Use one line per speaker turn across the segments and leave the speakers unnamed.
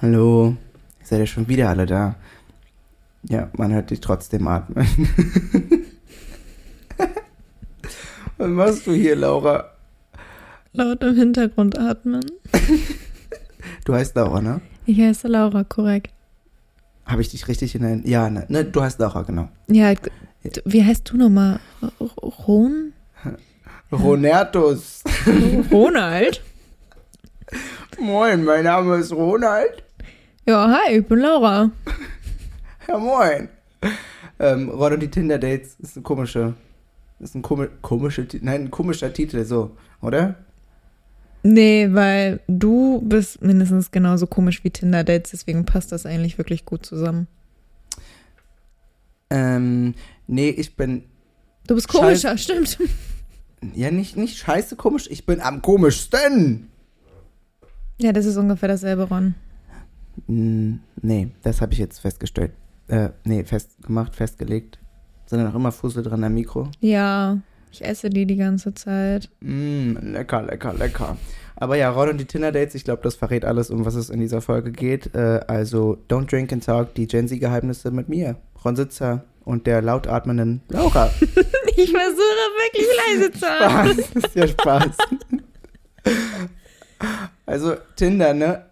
Hallo, seid ihr schon wieder alle da? Ja, man hört dich trotzdem atmen. Was machst du hier, Laura?
Laut im Hintergrund atmen.
Du heißt Laura, ne?
Ich heiße Laura, korrekt.
Habe ich dich richtig in der... Ja, ne, ne, du heißt Laura, genau.
Ja, d- wie heißt du nochmal? R- Ron?
Ronertus.
Ronald?
Moin, mein Name ist Ronald.
Ja, hi, ich bin Laura.
Ja, moin. Ähm, Ron und die Tinder-Dates ist eine komische... Ist ein komi komische, Ti- nein, ein komischer Titel, so, oder?
Nee, weil du bist mindestens genauso komisch wie Tinder-Dates, deswegen passt das eigentlich wirklich gut zusammen.
Ähm, nee, ich bin
Du bist komischer, stimmt.
Ja, nicht, nicht scheiße komisch, ich bin am komischsten.
Ja, das ist ungefähr dasselbe, Ron.
Mm, nee, das habe ich jetzt festgestellt. Äh, nee, festgemacht, festgelegt. Sind da noch immer Fussel dran am Mikro?
Ja, ich esse die die ganze Zeit.
Mm, lecker, lecker, lecker. Aber ja, Ron und die Tinder-Dates, ich glaube, das verrät alles, um was es in dieser Folge geht. Äh, also, Don't Drink and Talk, die Gen Z-Geheimnisse mit mir, Ron Sitzer und der laut atmenden Laura.
Ich versuche wirklich leise zu atmen.
Spaß, das ist ja Spaß. Also Tinder, ne?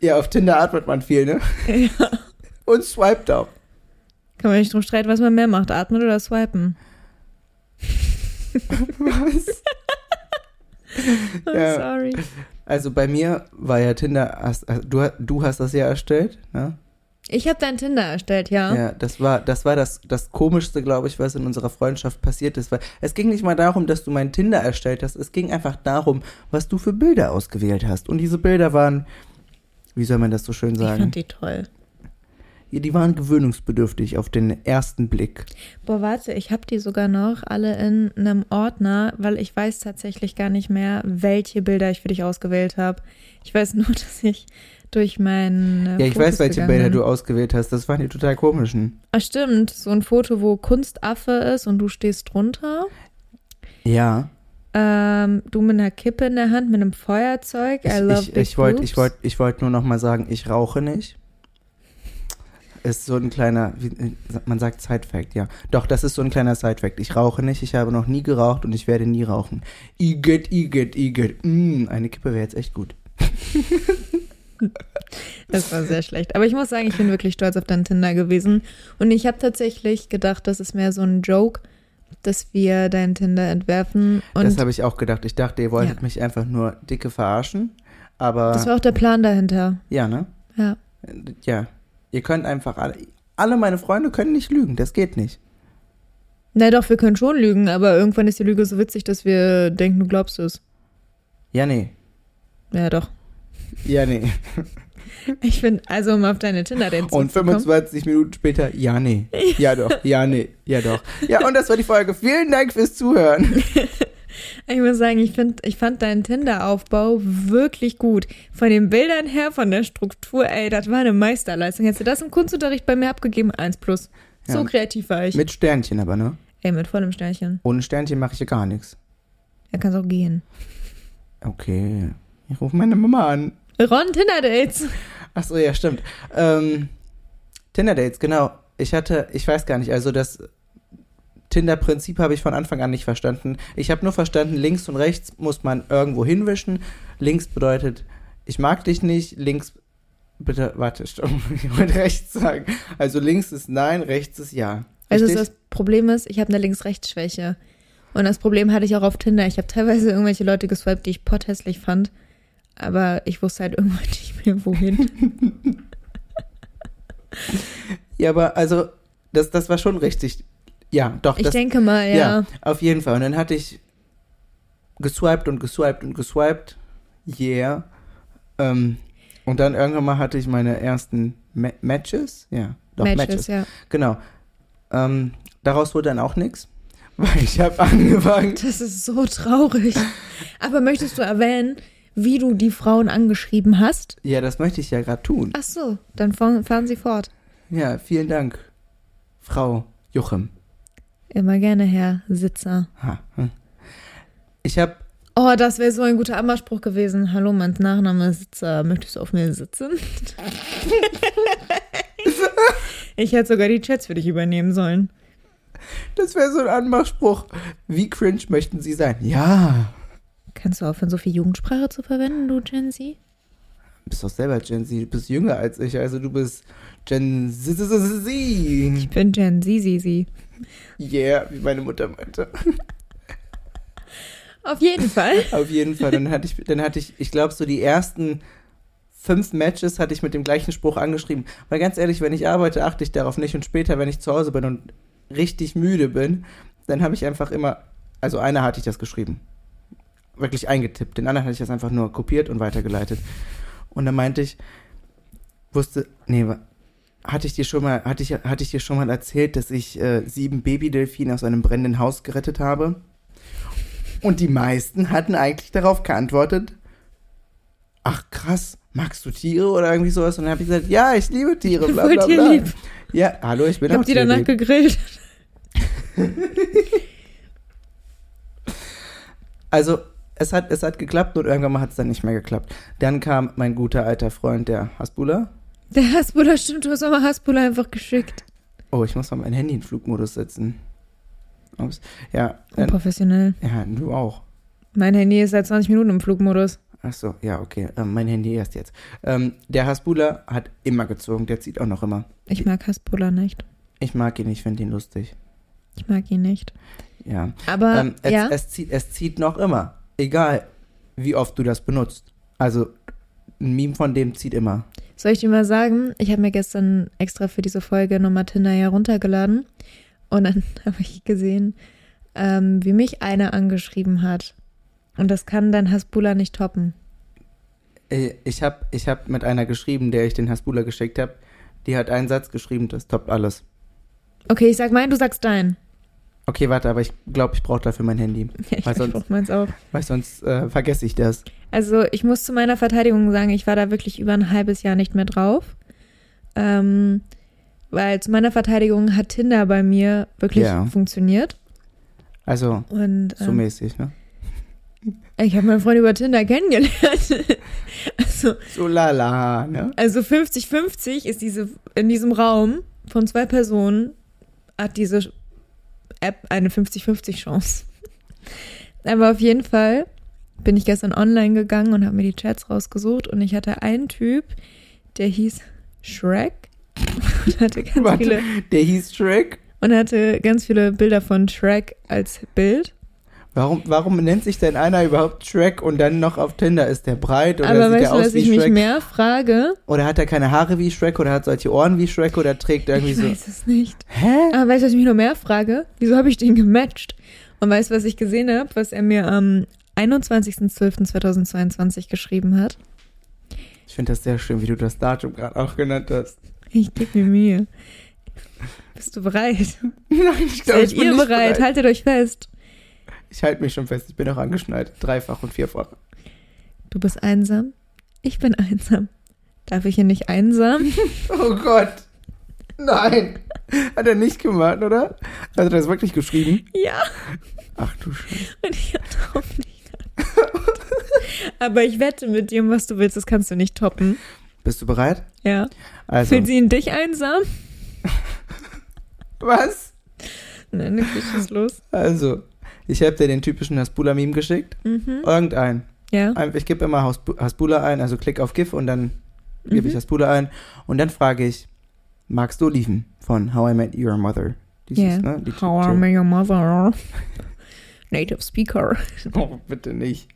Ja, auf Tinder atmet man viel, ne?
Ja.
Und swiped auch.
Kann man nicht drum streiten, was man mehr macht, atmen oder swipen.
Was?
I'm
Ja.
Oh, sorry.
Also bei mir war ja Tinder, hast, hast- du, du hast das ja erstellt, ne?
Ich habe dein Tinder erstellt, ja.
Ja, das war das, war das, das Komischste, glaube ich, was in unserer Freundschaft passiert ist. Weil es ging nicht mal darum, dass du mein Tinder erstellt hast. Es ging einfach darum, was du für Bilder ausgewählt hast. Und diese Bilder waren, wie soll man das so schön
ich
sagen?
fand die toll.
Ja, die waren gewöhnungsbedürftig auf den ersten Blick.
Boah, warte, ich habe die sogar noch alle in einem Ordner, weil ich weiß tatsächlich gar nicht mehr, welche Bilder ich für dich ausgewählt habe. Ich weiß nur, dass ich durch meinen. äh,
Ja, ich
Fotos
weiß, welche
gegangen
Bilder
bin.
du ausgewählt hast. Das waren die total komischen.
Ah, stimmt, so ein Foto, wo Kunstaffe ist und du stehst drunter.
Ja.
Ähm, du mit einer Kippe in der Hand, mit einem Feuerzeug. I
Ich,
love
ich,
big
ich wollte ich
boobs.
wollt, ich wollt nur noch mal sagen, ich rauche nicht. Ist so ein kleiner, wie, äh, man sagt Side-Fact, ja. Doch, das ist so ein kleiner Side-Fact. Ich rauche nicht, ich habe noch nie geraucht und ich werde nie rauchen. Igitt, igitt, igitt. Mm, eine Kippe wäre jetzt echt gut.
Das war sehr schlecht. Aber ich muss sagen, ich bin wirklich stolz auf deinen Tinder gewesen. Und ich habe tatsächlich gedacht, das ist mehr so ein Joke, dass wir deinen Tinder entwerfen. Und
das
das,
habe ich auch gedacht. Ich dachte, ihr wolltet
Ja.
mich einfach nur dicke verarschen. Aber,
war auch der Plan dahinter.
ja, ne? Äh,
Ja.
Ja, ihr könnt einfach alle. Alle meine Freunde können nicht lügen, das geht nicht.
Na doch, wir können schon lügen, aber irgendwann ist die Lüge so witzig, dass wir denken, du glaubst es.
Ja, nee.
Ja, doch.
Ja, nee.
Ich bin, also um auf deine Tinder-Dates
Und 25 Minuten später, ja, nee. Ja, doch. Ja, nee. Ja, doch. Ja, und das war die Folge. Vielen Dank fürs Zuhören.
Ich muss sagen, ich, find, ich fand deinen Tinder-Aufbau wirklich gut. Von den Bildern her, von der Struktur, ey, das war eine Meisterleistung. Hättest du das im Kunstunterricht bei mir abgegeben? Eins plus. So
Ja.
kreativ war ich.
Mit Sternchen aber, ne?
Ey, mit vollem Sternchen.
Ohne Sternchen mache ich ja gar nichts.
Er kann auch gehen.
Okay. Ich rufe meine Mama an.
Ron Tinder Dates.
Ach so, ja, stimmt. Ähm, Tinder-Dates, genau. Ich hatte, ich weiß gar nicht, also das Tinder-Prinzip habe ich von Anfang an nicht verstanden. Ich habe nur verstanden, links und rechts muss man irgendwo hinwischen. Links bedeutet, ich mag dich nicht. Links, bitte, warte, stopp, ich wollte rechts sagen. Also links ist nein, rechts ist ja.
Also
Richtig?
das Problem ist, ich habe eine Links-Rechts-Schwäche. Und das Problem hatte ich auch auf Tinder. Ich habe teilweise irgendwelche Leute geswiped, die ich potthässlich fand. Aber ich wusste halt irgendwann nicht mehr, wohin.
ja, aber also, das, das war schon richtig. Ja, doch,
Ich
das,
denke mal, ja.
Ja, auf jeden Fall. Und dann hatte ich geswiped und geswiped und geswiped. Yeah. Ähm, und dann irgendwann mal hatte ich meine ersten Ma Matches. Ja, doch, Matches.
Matches, ja.
Genau. Ähm, daraus wurde dann auch nichts. Weil ich habe angefangen.
Das ist so traurig. Aber möchtest du erwähnen, wie du die Frauen angeschrieben hast?
Ja, das möchte ich ja gerade tun.
Ach so, dann fahren fahren sie fort.
Ja, vielen Dank, Frau Juchem.
Immer gerne, Herr Sitzer.
Ha. hm. Ich habe
Oh, das wäre so ein guter Anmachspruch gewesen. Hallo, mein Nachname ist Sitzer. Möchtest du auf mir sitzen? ich hätte sogar die Chats für dich übernehmen sollen.
Das wäre so ein Anmachspruch. Wie cringe möchten Sie sein? Ja.
Kannst du aufhören, so viel Jugendsprache zu verwenden, du Gen Z?
Du bist doch selber Gen Z. Du bist jünger als ich. Also du bist Gen Z. Z- Z- Z.
Ich bin Gen Z, Z, Z.
Yeah, wie meine Mutter meinte.
Auf jeden Fall.
Auf jeden Fall. Dann hatte ich, dann hatte ich, ich glaube, so die ersten fünf Matches hatte ich mit dem gleichen Spruch angeschrieben. Weil ganz ehrlich, wenn ich arbeite, achte ich darauf nicht. Und später, wenn ich zu Hause bin und richtig müde bin, dann habe ich einfach immer, also einer hatte ich das geschrieben. Wirklich eingetippt. Den anderen hatte ich das einfach nur kopiert und weitergeleitet. Und dann meinte ich, wusste, nee, wa- hatte ich dir schon mal, hatte ich, hatte ich dir schon mal erzählt, dass ich äh, sieben Babydelfine aus einem brennenden Haus gerettet habe? Und die meisten hatten eigentlich darauf geantwortet, ach krass, magst du Tiere oder irgendwie sowas? Und dann habe ich gesagt, ja, ich liebe Tiere, Also bla
Voll
bla
dir
bla.
lieb.
Ja, hallo, ich bin
Ich hab
auch
die danach
tierlieb.
gegrillt.
Also, es hat, es hat geklappt und irgendwann mal hat es dann nicht mehr geklappt. Dann kam mein guter alter Freund, der Hasbula.
Der Hasbulla stimmt, du hast aber Hasbulla einfach geschickt.
Oh, ich muss mal mein Handy in Flugmodus setzen. Ups. Ja, dann,
Unprofessionell.
ja, du auch.
Mein Handy ist seit 20 Minuten im Flugmodus.
Ach so, ja, okay. Ähm, mein Handy erst jetzt. Ähm, der Hasbula hat immer gezogen, der zieht auch noch immer.
Ich mag Hasbulla nicht.
Ich mag ihn, ich finde ihn lustig.
Ich mag ihn nicht.
Ja.
Aber,
ähm, es,
Äh, ja.
es, zieht, es zieht noch immer. Egal, wie oft du das benutzt. Also, ein Meme von dem zieht immer.
Soll ich dir mal sagen, ich habe mir gestern extra für diese Folge nochmal Tinder ja runtergeladen und dann habe ich gesehen, ähm, wie mich einer angeschrieben hat. Und das kann dein Hasbula nicht toppen.
Äh, Ich habe ich hab mit einer geschrieben, der ich den Hasbula geschickt habe. Die hat einen Satz geschrieben, das toppt alles.
Okay, ich sag mein, du sagst dein.
Okay, warte, aber ich glaube, ich brauche dafür mein Handy,
Ja, ich
Was sonst?
brauch meins auch.
weil sonst äh, vergesse ich das.
Also ich muss zu meiner Verteidigung sagen, ich war da wirklich über ein halbes Jahr nicht mehr drauf. Ähm, weil zu meiner Verteidigung hat Tinder bei mir wirklich
Ja.
funktioniert.
Also,
Und
so
ähm,
mäßig, ne?
ich habe meinen Freund über Tinder kennengelernt. also
So lala, ne?
Also 50-50 ist diese, in diesem Raum von zwei Personen hat diese App eine 50-50 Chance. Aber auf jeden Fall bin ich gestern online gegangen und habe mir die Chats rausgesucht und ich hatte einen Typ, der hieß Shrek und hatte ganz
Warte.
viele
Der hieß Shrek.
und hatte ganz viele Bilder von Shrek als Bild.
Warum, warum nennt sich denn einer überhaupt Shrek und dann noch auf Tinder? Ist der breit oder
Aber
sieht
weißt
er
du,
aus
dass
wie
ich mich
Shrek?
mehr frage?
Oder hat er keine Haare wie Shrek oder hat solche Ohren wie Shrek oder trägt er irgendwie
Ich
so.
weiß Ah. es nicht.
Hä?
Aber weißt du, was ich mich noch mehr frage? Wieso habe ich den gematcht? Und weißt du, was ich gesehen habe, was er mir am 21.12.2022 geschrieben hat?
Ich finde das sehr schön, wie du das Datum gerade auch genannt hast.
Ich gebe mir Mühe. Bist du bereit?
Nein, ich glaube,
Seid
ich bin
ihr
nicht
bereit? Haltet euch fest.
Ich halte mich schon fest, ich bin auch angeschnallt. Dreifach und vierfach.
Du bist einsam. Ich bin einsam. Darf ich hier nicht einsam?
Oh Gott. Nein. Hat er nicht gemacht, oder? Hat er das wirklich geschrieben?
Ja.
Ach du Scheiße.
Und ich habe drauf nicht geantwortet. Aber ich wette mit dir, was du willst, das kannst du nicht toppen.
Bist du bereit?
Ja.
Also.
Fühlt sie in dich einsam?
Was?
Nein, dann geht es los.
Also. Ich habe dir den typischen Hasbula-Meme geschickt.
Mhm.
Äh. Irgendein.
Ja.
Ein- Ich gebe immer Hasbu- Hasbula ein, also klick auf GIF und dann gebe ich
Mhm.
Hasbula ein. Und dann frage ich, magst du Oliven von How I Met Your Mother? Dieses,
Yeah.
ne? Die-
How I Met Your Mother. Native Speaker.
Oh, bitte nicht.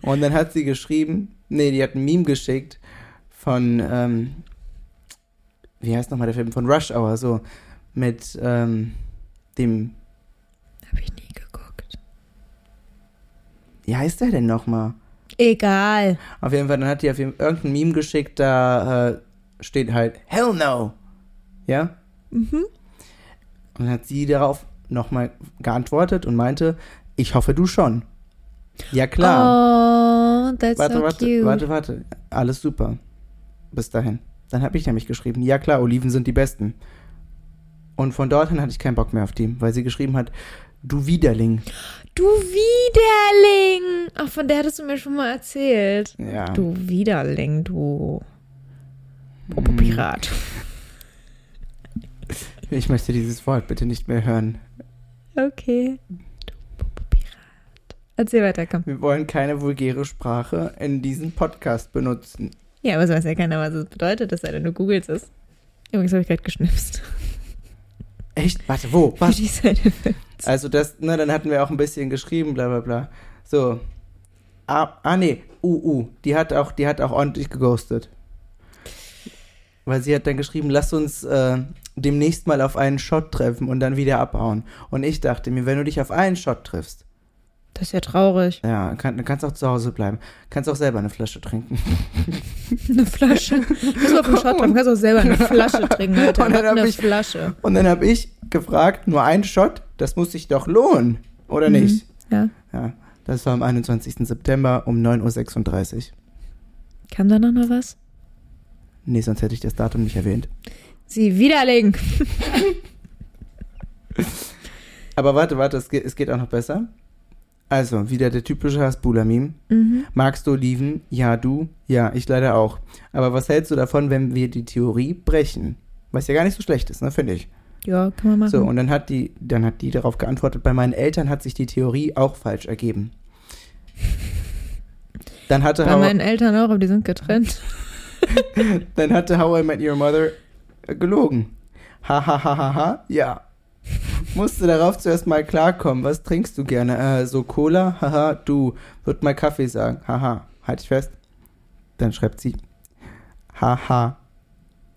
Und dann hat sie geschrieben, nee, die hat ein Meme geschickt von, ähm, wie heißt nochmal der Film? Von Rush Hour, so. Mit ähm, dem,
Habe ich nie geguckt.
wie heißt der denn nochmal?
Egal.
Auf jeden Fall, dann hat die auf jeden Fall irgendein Meme geschickt, da äh, steht halt, hell no. Ja?
Mhm.
Und dann hat sie darauf nochmal geantwortet und meinte, ich hoffe du schon. Ja klar.
Klar. Oh, that's
warte,
so
warte,
cute.
warte, warte. Alles super. Bis dahin. Dann habe ich nämlich geschrieben, ja klar, Oliven sind die besten. Und von dort an hatte ich keinen Bock mehr auf die, weil sie geschrieben hat, Du Widerling.
Du Widerling! Ach, von der hattest du mir schon mal erzählt.
Ja.
Du Widerling, du
Mhm.
Popo-Pirat.
Hm. Ich möchte dieses Wort bitte nicht mehr hören.
Okay. Du Popo-Pirat. Erzähl weiter, komm.
Wir wollen keine vulgäre Sprache in diesem Podcast benutzen.
Ja, aber so weiß ja keiner, was es bedeutet, dass er denn du googelst ist. Übrigens habe ich gerade geschnipst.
Echt? Warte, wo?
Für
Was?
die Seite.
Also das, ne, dann hatten wir auch ein bisschen geschrieben, bla bla bla. So. Ah, ah nee, uh, uh. Die hat auch, die hat auch ordentlich geghostet. Weil sie hat dann geschrieben, lass uns äh, demnächst mal auf einen Shot treffen und dann wieder abhauen. Und ich dachte mir, wenn du dich auf einen Shot triffst,
Das ist ja traurig.
ja, kann, dann kannst du auch zu Hause bleiben. Kannst auch selber eine Flasche trinken.
Eine Flasche. Bist du auf dem Shot drauf, kannst auch selber eine Flasche trinken, Alter.
Und dann hab
Eine
ich-
Flasche.
Und dann habe ich gefragt, nur ein Shot, das muss sich doch lohnen, oder
Mhm.
nicht?
Ja.
Ja, das war am 21. September um 9.36 Uhr.
Kam danach noch was?
Nee, sonst hätte ich das Datum nicht erwähnt.
Sie widerlegen.
Aber warte, warte, es geht, es geht auch noch besser. Also, wieder der typische Hasbula-Meme.
Mhm.
Magst du Oliven? Ja, du? Ja, ich leider auch. Aber was hältst du davon, wenn wir die Theorie brechen? Was ja gar nicht so schlecht ist, ne, finde ich.
Ja, kann man machen.
So, und dann hat die, dann hat die darauf geantwortet, bei meinen Eltern hat sich die Theorie auch falsch ergeben. Dann hatte
Bei
Hauer-
meinen Eltern auch, aber die sind getrennt.
Dann hatte How I Met Your Mother äh, gelogen. Ha, ha, ha, ha, ha, ja. Musste darauf zuerst mal klarkommen. Was trinkst du gerne? Äh, so Cola? Haha, du. Wird mal Kaffee sagen. Haha, halt ich fest. Dann schreibt sie. Haha.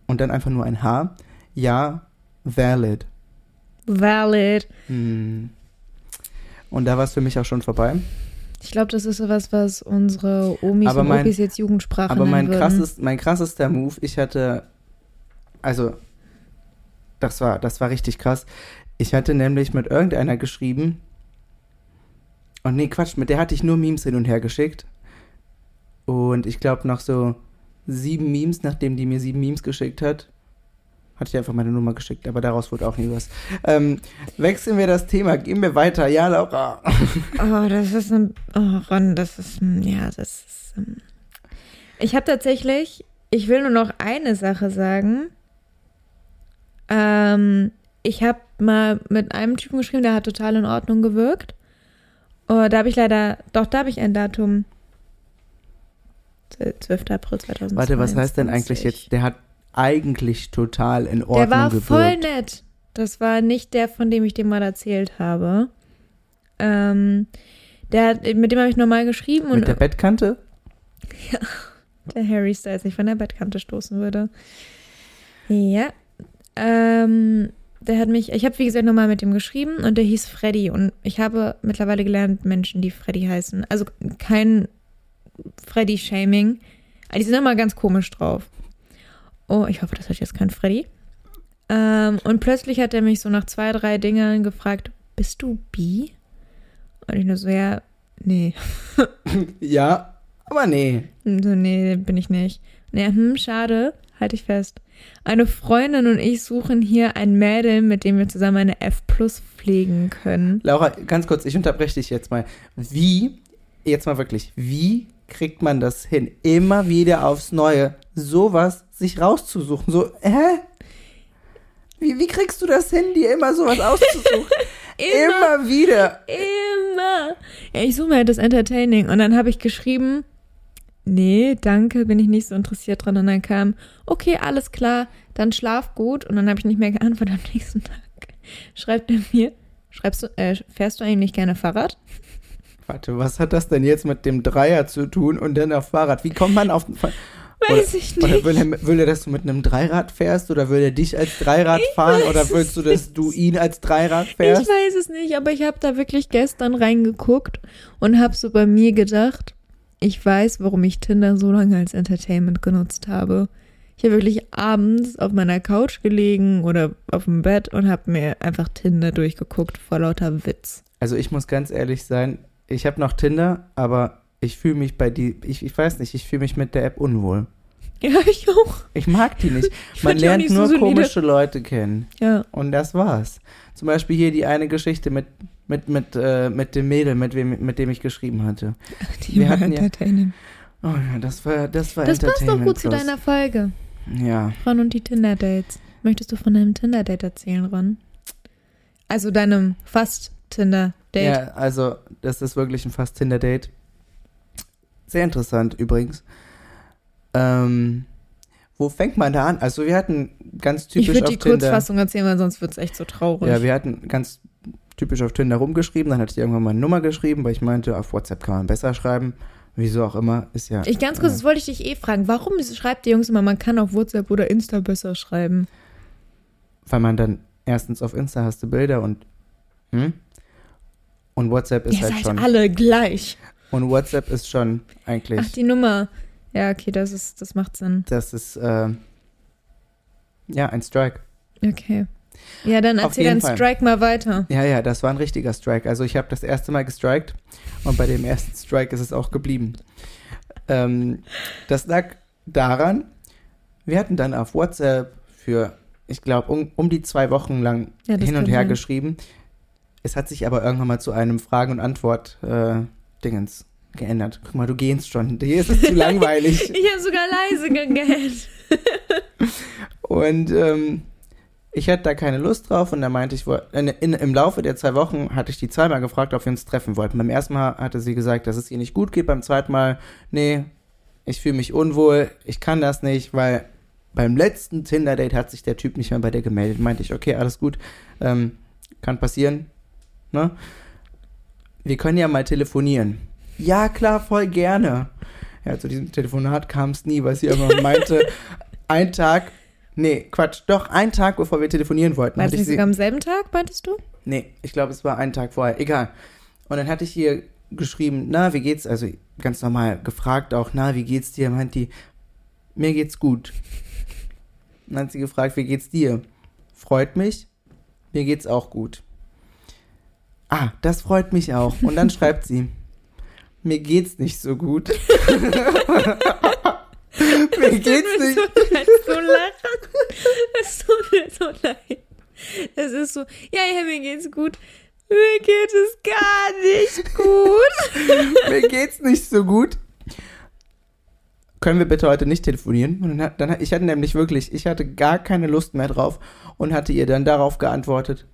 Und dann einfach nur ein H. Ja, valid.
Valid.
Hm. Und da war es für mich auch schon vorbei.
Ich glaube, das ist sowas, was unsere Omis
Aber
und
mein-
Opis jetzt Jugendsprache
Aber mein,
nennen würden.
krasses, mein krassester Move, ich hatte, also, das war, das war richtig krass. Ich hatte nämlich mit irgendeiner geschrieben, und nee, Quatsch, mit der hatte ich nur Memes hin und her geschickt. Und ich glaube noch so sieben Memes, nachdem die mir sieben Memes geschickt hat, hatte ich einfach meine Nummer geschickt, aber daraus wurde auch nie was. Ähm, wechseln wir das Thema, gehen wir weiter. Ja, Laura.
Oh, das ist ein. Oh, Ron, das ist. ein- Ja, das ist. ähm, Ich habe tatsächlich. Ich will nur noch eine Sache sagen. Ähm, ich habe mal mit einem Typen geschrieben, der hat total in Ordnung gewirkt. Oh, da habe ich leider. Doch, da habe ich ein Datum. 12. April 2020.
Warte, was heißt denn eigentlich jetzt? Der hat eigentlich total in Ordnung
Der war
gewirkt.
voll nett. Das war nicht der, von dem ich dir mal erzählt habe. Ähm, der, hat- mit dem habe ich normal geschrieben und
Mit der Bettkante?
der Harry Styles nicht von der Bettkante stoßen würde. Ja. Ähm, der hat mich, ich habe wie gesagt nochmal mit dem geschrieben und der hieß Freddy und ich habe mittlerweile gelernt, Menschen, die Freddy heißen, also kein Freddy-Shaming, aber die sind immer ganz komisch drauf. Oh, ich hoffe, das ist jetzt kein Freddy. Ähm, und plötzlich hat er mich so nach zwei, drei Dingern gefragt, bist du bi? Und ich nur so, ja, nee.
Ja, aber nee.
Und Hm, So, nee, bin ich nicht. Und er, hm, schade, halte ich fest. Eine Freundin und ich suchen hier ein Mädel, mit dem wir zusammen eine F plus pflegen können.
Laura, ganz kurz, ich unterbreche dich jetzt mal. Wie, jetzt mal wirklich, wie kriegt man das hin, immer wieder aufs Neue sowas sich rauszusuchen? So, hä? Wie, wie kriegst du das hin, dir immer sowas auszusuchen? immer, wieder.
Immer. Ja, ich suche mir halt das Entertaining. Und dann habe ich geschrieben, nee, danke, bin ich nicht so interessiert dran. Und dann kam, okay, alles klar, dann schlaf gut. Und dann habe ich nicht mehr geantwortet am nächsten Tag. Schreibt er mir, schreibst du, äh, fährst du eigentlich gerne Fahrrad?
Warte, was hat das denn jetzt mit dem Dreier zu tun und dann auf Fahrrad? Wie kommt man auf...
Weiß ich nicht.
Oder will er, will er, dass du mit einem Dreirad fährst oder will er dich als Dreirad fahren oder willst du, dass du ihn als Dreirad
Ich
fährst?
weiß es nicht, aber ich habe da wirklich gestern reingeguckt und habe so bei mir gedacht, ich weiß, warum ich Tinder so lange als Entertainment genutzt habe. Ich habe wirklich abends auf meiner Couch gelegen oder auf dem Bett und habe mir einfach Tinder durchgeguckt vor lauter Witz.
Also ich muss ganz ehrlich sein, ich habe noch Tinder, aber ich fühle mich bei die, ich, ich weiß nicht, ich fühle mich mit der App unwohl.
Ja, ich auch.
Ich mag die nicht.
Ich
Man
fand die auch
lernt
nicht so
nur
solide.
komische Leute kennen
Ja,
und das war's. Zum Beispiel hier die eine Geschichte mit, mit, mit, äh, mit dem Mädel, mit, wem, mit dem ich geschrieben hatte.
Die
Wir
war
hatten ja-
entertaining.
Oh ja, das war, das war
das passt doch
Entertainment
gut zu
Plus.
deiner Folge.
Ja.
Ron und die Tinder-Dates. Möchtest du von deinem Tinder-Date erzählen, Ron? Also deinem fast Tinder-Date.
Ja, also das ist wirklich ein fast Tinder-Date. Sehr interessant übrigens. Ähm, wo fängt man da an? Also wir hatten ganz typisch
ich würde
auf
die
Tinder.
Kurzfassung erzählen, weil sonst wird es echt so traurig.
ja, wir hatten ganz typisch auf Tinder rumgeschrieben. Dann hatte ich irgendwann mal eine Nummer geschrieben, weil ich meinte, auf WhatsApp kann man besser schreiben. Wieso auch immer, ist ja.
ich ganz kurz, das wollte ich dich eh fragen. Warum schreibt ihr Jungs immer, man kann auf WhatsApp oder Insta besser schreiben?
Weil man dann erstens auf Insta hast du Bilder und hm? und WhatsApp ist
Ihr
halt
seid
schon.
alle gleich.
Und WhatsApp ist schon eigentlich.
Ach, die Nummer. Ja, okay, das ist, das macht Sinn.
das ist äh, ja ein Strike.
Okay. Ja, dann
Auf
erzähl
jeden Fall.
dann Strike mal weiter.
Ja, ja, das war ein richtiger Strike. Also ich habe das erste Mal gestrikt und bei dem ersten Strike ist es auch geblieben. Ähm, das lag daran, wir hatten dann auf WhatsApp für, ich glaube, um, um die zwei Wochen lang
Ja, das
hin und
kann
her
sein.
geschrieben. Es hat sich aber irgendwann mal zu einem Fragen- und Antwort-Dingens geändert. Guck mal, du gehst schon. Dir ist es zu langweilig.
Ich habe sogar leise gegähnt.
Und ähm, ich hatte da keine Lust drauf und da meinte ich, wo- in, in, im Laufe der zwei Wochen hatte ich die zweimal gefragt, ob wir uns treffen wollten. Beim ersten Mal hatte sie gesagt, dass es ihr nicht gut geht, beim zweiten Mal, nee, ich fühle mich unwohl, ich kann das nicht, weil beim letzten Tinder-Date hat sich der Typ nicht mehr bei dir gemeldet. Meinte ich, okay, alles gut, ähm, kann passieren, ne? Wir können ja mal telefonieren. Ja, klar, voll gerne. Ja, zu diesem Telefonat kam es nie, weil sie immer meinte, ein Tag, nee, Quatsch, doch, ein Tag, bevor wir telefonieren wollten.
War das
hatte ich
nicht
sie-
sogar am selben Tag, meintest du?
Nee, ich glaube, es war einen Tag vorher. Egal. Und dann hatte ich ihr geschrieben, na, wie geht's? Also ganz normal gefragt auch, na, wie geht's dir? Meint die, mir geht's gut. Dann hat sie gefragt, wie geht's dir? Freut mich, mir geht's auch gut. Ah, das freut mich auch. Und dann schreibt sie, mir geht's nicht so gut. mir geht's
mir
nicht.
so leid, so lachen. Es tut mir so leid. Es ist so, ja, ja, mir geht's gut. Mir geht es gar nicht gut.
mir geht's nicht so gut. Können wir bitte heute nicht telefonieren? Und dann, hat- dann, hat- ich hatte nämlich wirklich, ich hatte gar keine Lust mehr drauf und hatte ihr dann darauf geantwortet,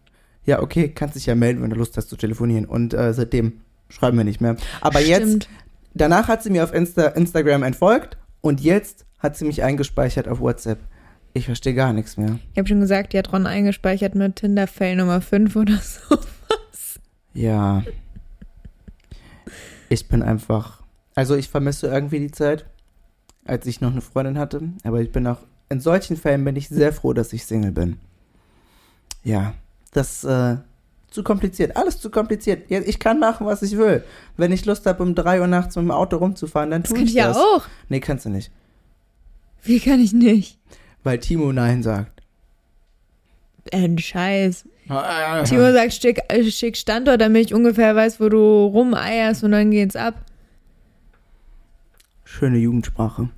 ja, okay, kannst dich ja melden, wenn du Lust hast zu telefonieren. Und äh, seitdem schreiben wir nicht mehr. Aber jetzt,
Stimmt.
danach hat sie mir auf Insta, Instagram entfolgt und jetzt hat sie mich eingespeichert auf WhatsApp. Ich verstehe gar nichts mehr.
Ich habe schon gesagt, die hat Ron eingespeichert mit Tinder-Fail Nummer 5 oder so.
Ja. Ich bin einfach. Also ich vermisse irgendwie die Zeit, als ich noch eine Freundin hatte. Aber ich bin auch. In solchen Fällen bin ich sehr froh, dass ich Single bin. Ja. Das äh, zu kompliziert. Alles zu kompliziert. Ja, Ich kann machen, was ich will. Wenn ich Lust habe, um 3 Uhr nachts mit dem Auto rumzufahren, dann
Das
tue
kann
ich
ich ja
das.
auch.
Nee, kannst du nicht.
Wie kann ich nicht?
Weil Timo Nein sagt.
Äh, Ein Scheiß. Timo sagt, schick, äh, schick Standort, damit ich ungefähr weiß, wo du rumeierst und dann geht's ab.
Schöne Jugendsprache.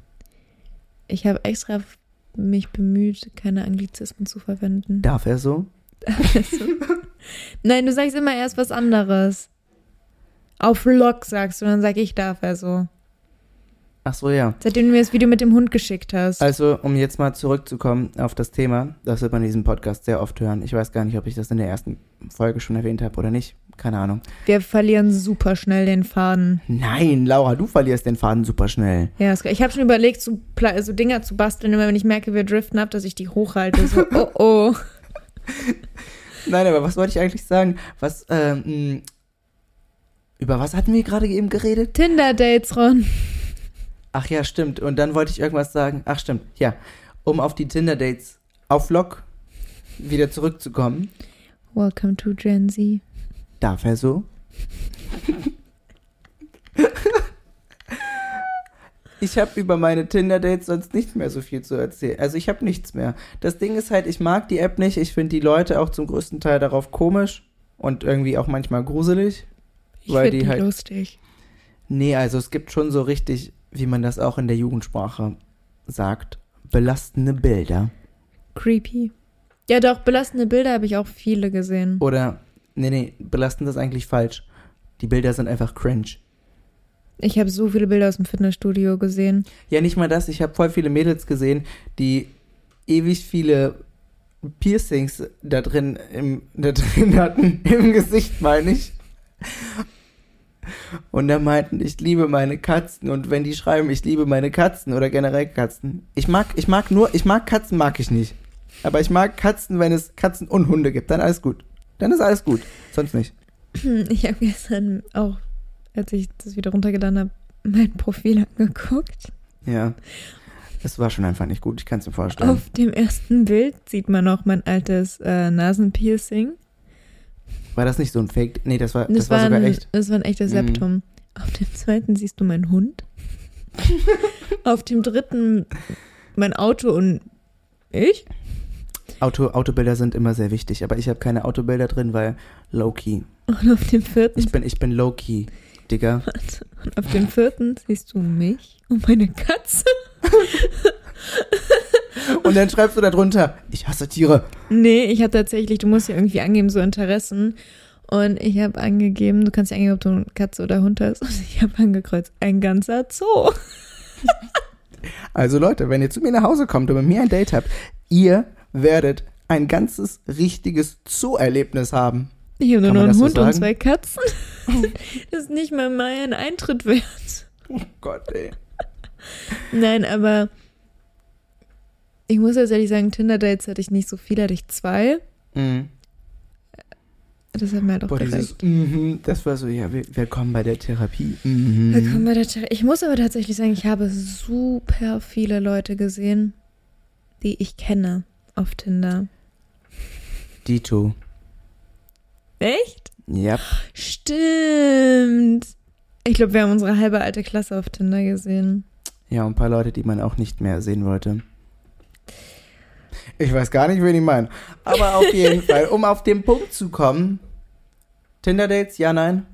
Ich habe extra mich bemüht, keine Anglizismen zu verwenden.
Darf er so?
Nein, du sagst immer erst was anderes. Auf Lock sagst du, dann sag ich darf er so.
Ach so, ja.
Seitdem du mir das Video mit dem Hund geschickt hast.
Also, um jetzt mal zurückzukommen auf das Thema, das wird man in diesem Podcast sehr oft hören. Ich weiß gar nicht, ob ich das in der ersten Folge schon erwähnt habe oder nicht. Keine Ahnung.
Wir verlieren super schnell den Faden.
Nein, Laura, du verlierst den Faden super schnell.
Ja, es- ich habe schon überlegt, so, Pla- so Dinger zu basteln, immer wenn ich merke, wir driften ab, dass ich die hochhalte. So, oh oh.
Nein, aber was wollte ich eigentlich sagen? Was, ähm, mh, über was hatten wir gerade eben geredet?
Tinder-Dates, Ron.
Ach ja, stimmt. Und dann wollte ich irgendwas sagen. Ach, stimmt. Ja. Um auf die Tinder-Dates auf Lock wieder zurückzukommen.
Welcome to Gen Z.
Darf er so? ich habe über meine Tinder-Dates sonst nicht mehr so viel zu erzählen. Also ich habe nichts mehr. Das Ding ist halt, ich mag die App nicht. Ich finde die Leute auch zum größten Teil darauf komisch und irgendwie auch manchmal gruselig.
Ich
Weil
finde
die
die
halt-
lustig.
Nee, also es gibt schon so richtig, wie man das auch in der Jugendsprache sagt, belastende Bilder. Oh.
Creepy. Ja, doch, belastende Bilder habe ich auch viele gesehen.
Oder Nee, nee, belastend ist eigentlich falsch. Die Bilder sind einfach cringe.
Ich habe so viele Bilder aus dem Fitnessstudio gesehen.
Ja, nicht mal das. Ich habe voll viele Mädels gesehen, die ewig viele Piercings da drin, im, da drin hatten, im Gesicht, meine ich. Und da meinten, ich liebe meine Katzen. Und wenn die schreiben, ich liebe meine Katzen oder generell Katzen. Ich mag, ich mag nur, ich mag Katzen, mag ich nicht. Aber ich mag Katzen, wenn es Katzen und Hunde gibt. Dann alles gut. Dann ist alles gut. Sonst nicht.
Ich habe gestern auch, als ich das wieder runtergeladen habe, mein Profil angeguckt.
Ja. Es war schon einfach nicht gut. Ich kann es mir vorstellen.
Auf dem ersten Bild sieht man noch mein altes äh, Nasenpiercing.
War das nicht so ein Fake? Nee, das war, das
Das,
war,
war,
sogar
ein,
echt.
das war ein echtes
Mhm.
Septum. Auf dem zweiten siehst du meinen Hund. Auf dem dritten mein Auto und ich.
Auto, Autobilder sind immer sehr wichtig. Aber ich habe keine Autobilder drin, weil low-key.
Und auf dem vierten,
Ich bin, ich bin low-key, Digga.
und auf dem vierten siehst du mich und meine Katze.
Und dann schreibst du da drunter, ich hasse Tiere.
Nee, ich habe tatsächlich, du musst ja irgendwie angeben, so Interessen. Und ich habe angegeben, du kannst ja angeben, ob du eine Katze oder Hund hast. Und ich habe angekreuzt, ein ganzer Zoo.
Also Leute, wenn ihr zu mir nach Hause kommt und mit mir ein Date habt, ihr werdet ein ganzes richtiges Zoo-Erlebnis haben.
Ich habe nur
Kann
noch
man
einen
das so
Hund und
sagen?
zwei Katzen. Das ist nicht mal mein Eintritt wert.
Oh Gott, ey.
Nein, aber ich muss jetzt ehrlich sagen, Tinder-Dates hatte ich nicht so viel, hatte ich zwei.
Mhm.
Das hat mir halt auch
Boah, dieses,
gereicht.
mhm, das war so, ja, will- willkommen bei der Therapie. Mhm.
Willkommen bei der Chat. Ich muss aber tatsächlich sagen, ich habe super viele Leute gesehen, die ich kenne auf Tinder.
Dito.
Echt?
Ja.
Stimmt. Ich glaube, wir haben unsere halbe alte Klasse auf Tinder gesehen.
Ja, und ein paar Leute, die man auch nicht mehr sehen wollte. Ich weiß gar nicht, wen ich meine. Aber auf jeden Fall, um auf den Punkt zu kommen. Tinder-Dates, ja, nein.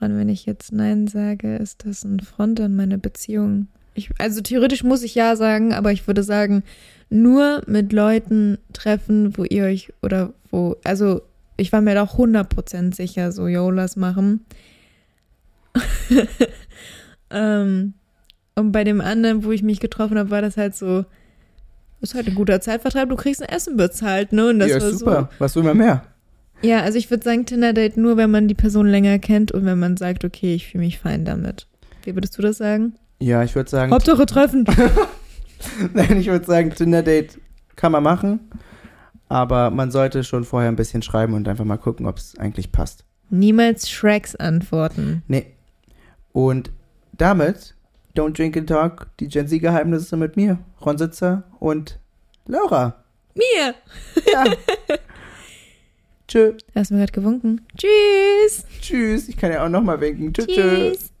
Und wenn ich jetzt Nein sage, ist das ein Front an meine Beziehung. Ich, also theoretisch muss ich Ja sagen, aber ich würde sagen, nur mit Leuten treffen, wo ihr euch oder wo. Also, ich war mir da auch 100% sicher, so, yo, lass machen. ähm, und bei dem anderen, wo ich mich getroffen habe, war das halt so. Ist halt ein guter Zeitvertreib, du kriegst ein Essen bezahlt, ne? Und das
ja,
war
ist
so.
super. Was will man mehr?
Ja, also ich würde sagen, Tinder-Date nur, wenn man die Person länger kennt und wenn man sagt, okay, ich fühle mich fein damit. Wie würdest du das sagen?
Ja, ich würde sagen,
Hauptsache treffen.
Nein, ich würde sagen, Tinder-Date kann man machen, aber man sollte schon vorher ein bisschen schreiben und einfach mal gucken, ob es eigentlich passt.
Niemals Shreks antworten.
Nee. Und damit, Don't Drink and Talk, die Gen Z-Geheimnisse mit mir, Ron Sitzer und Laura.
Mir!
Ja. tschö,
Hast du mir gerade gewunken? Tschüss!
tschüss. Ich kann ja auch nochmal winken. Tschö, tschö.
Tschüss!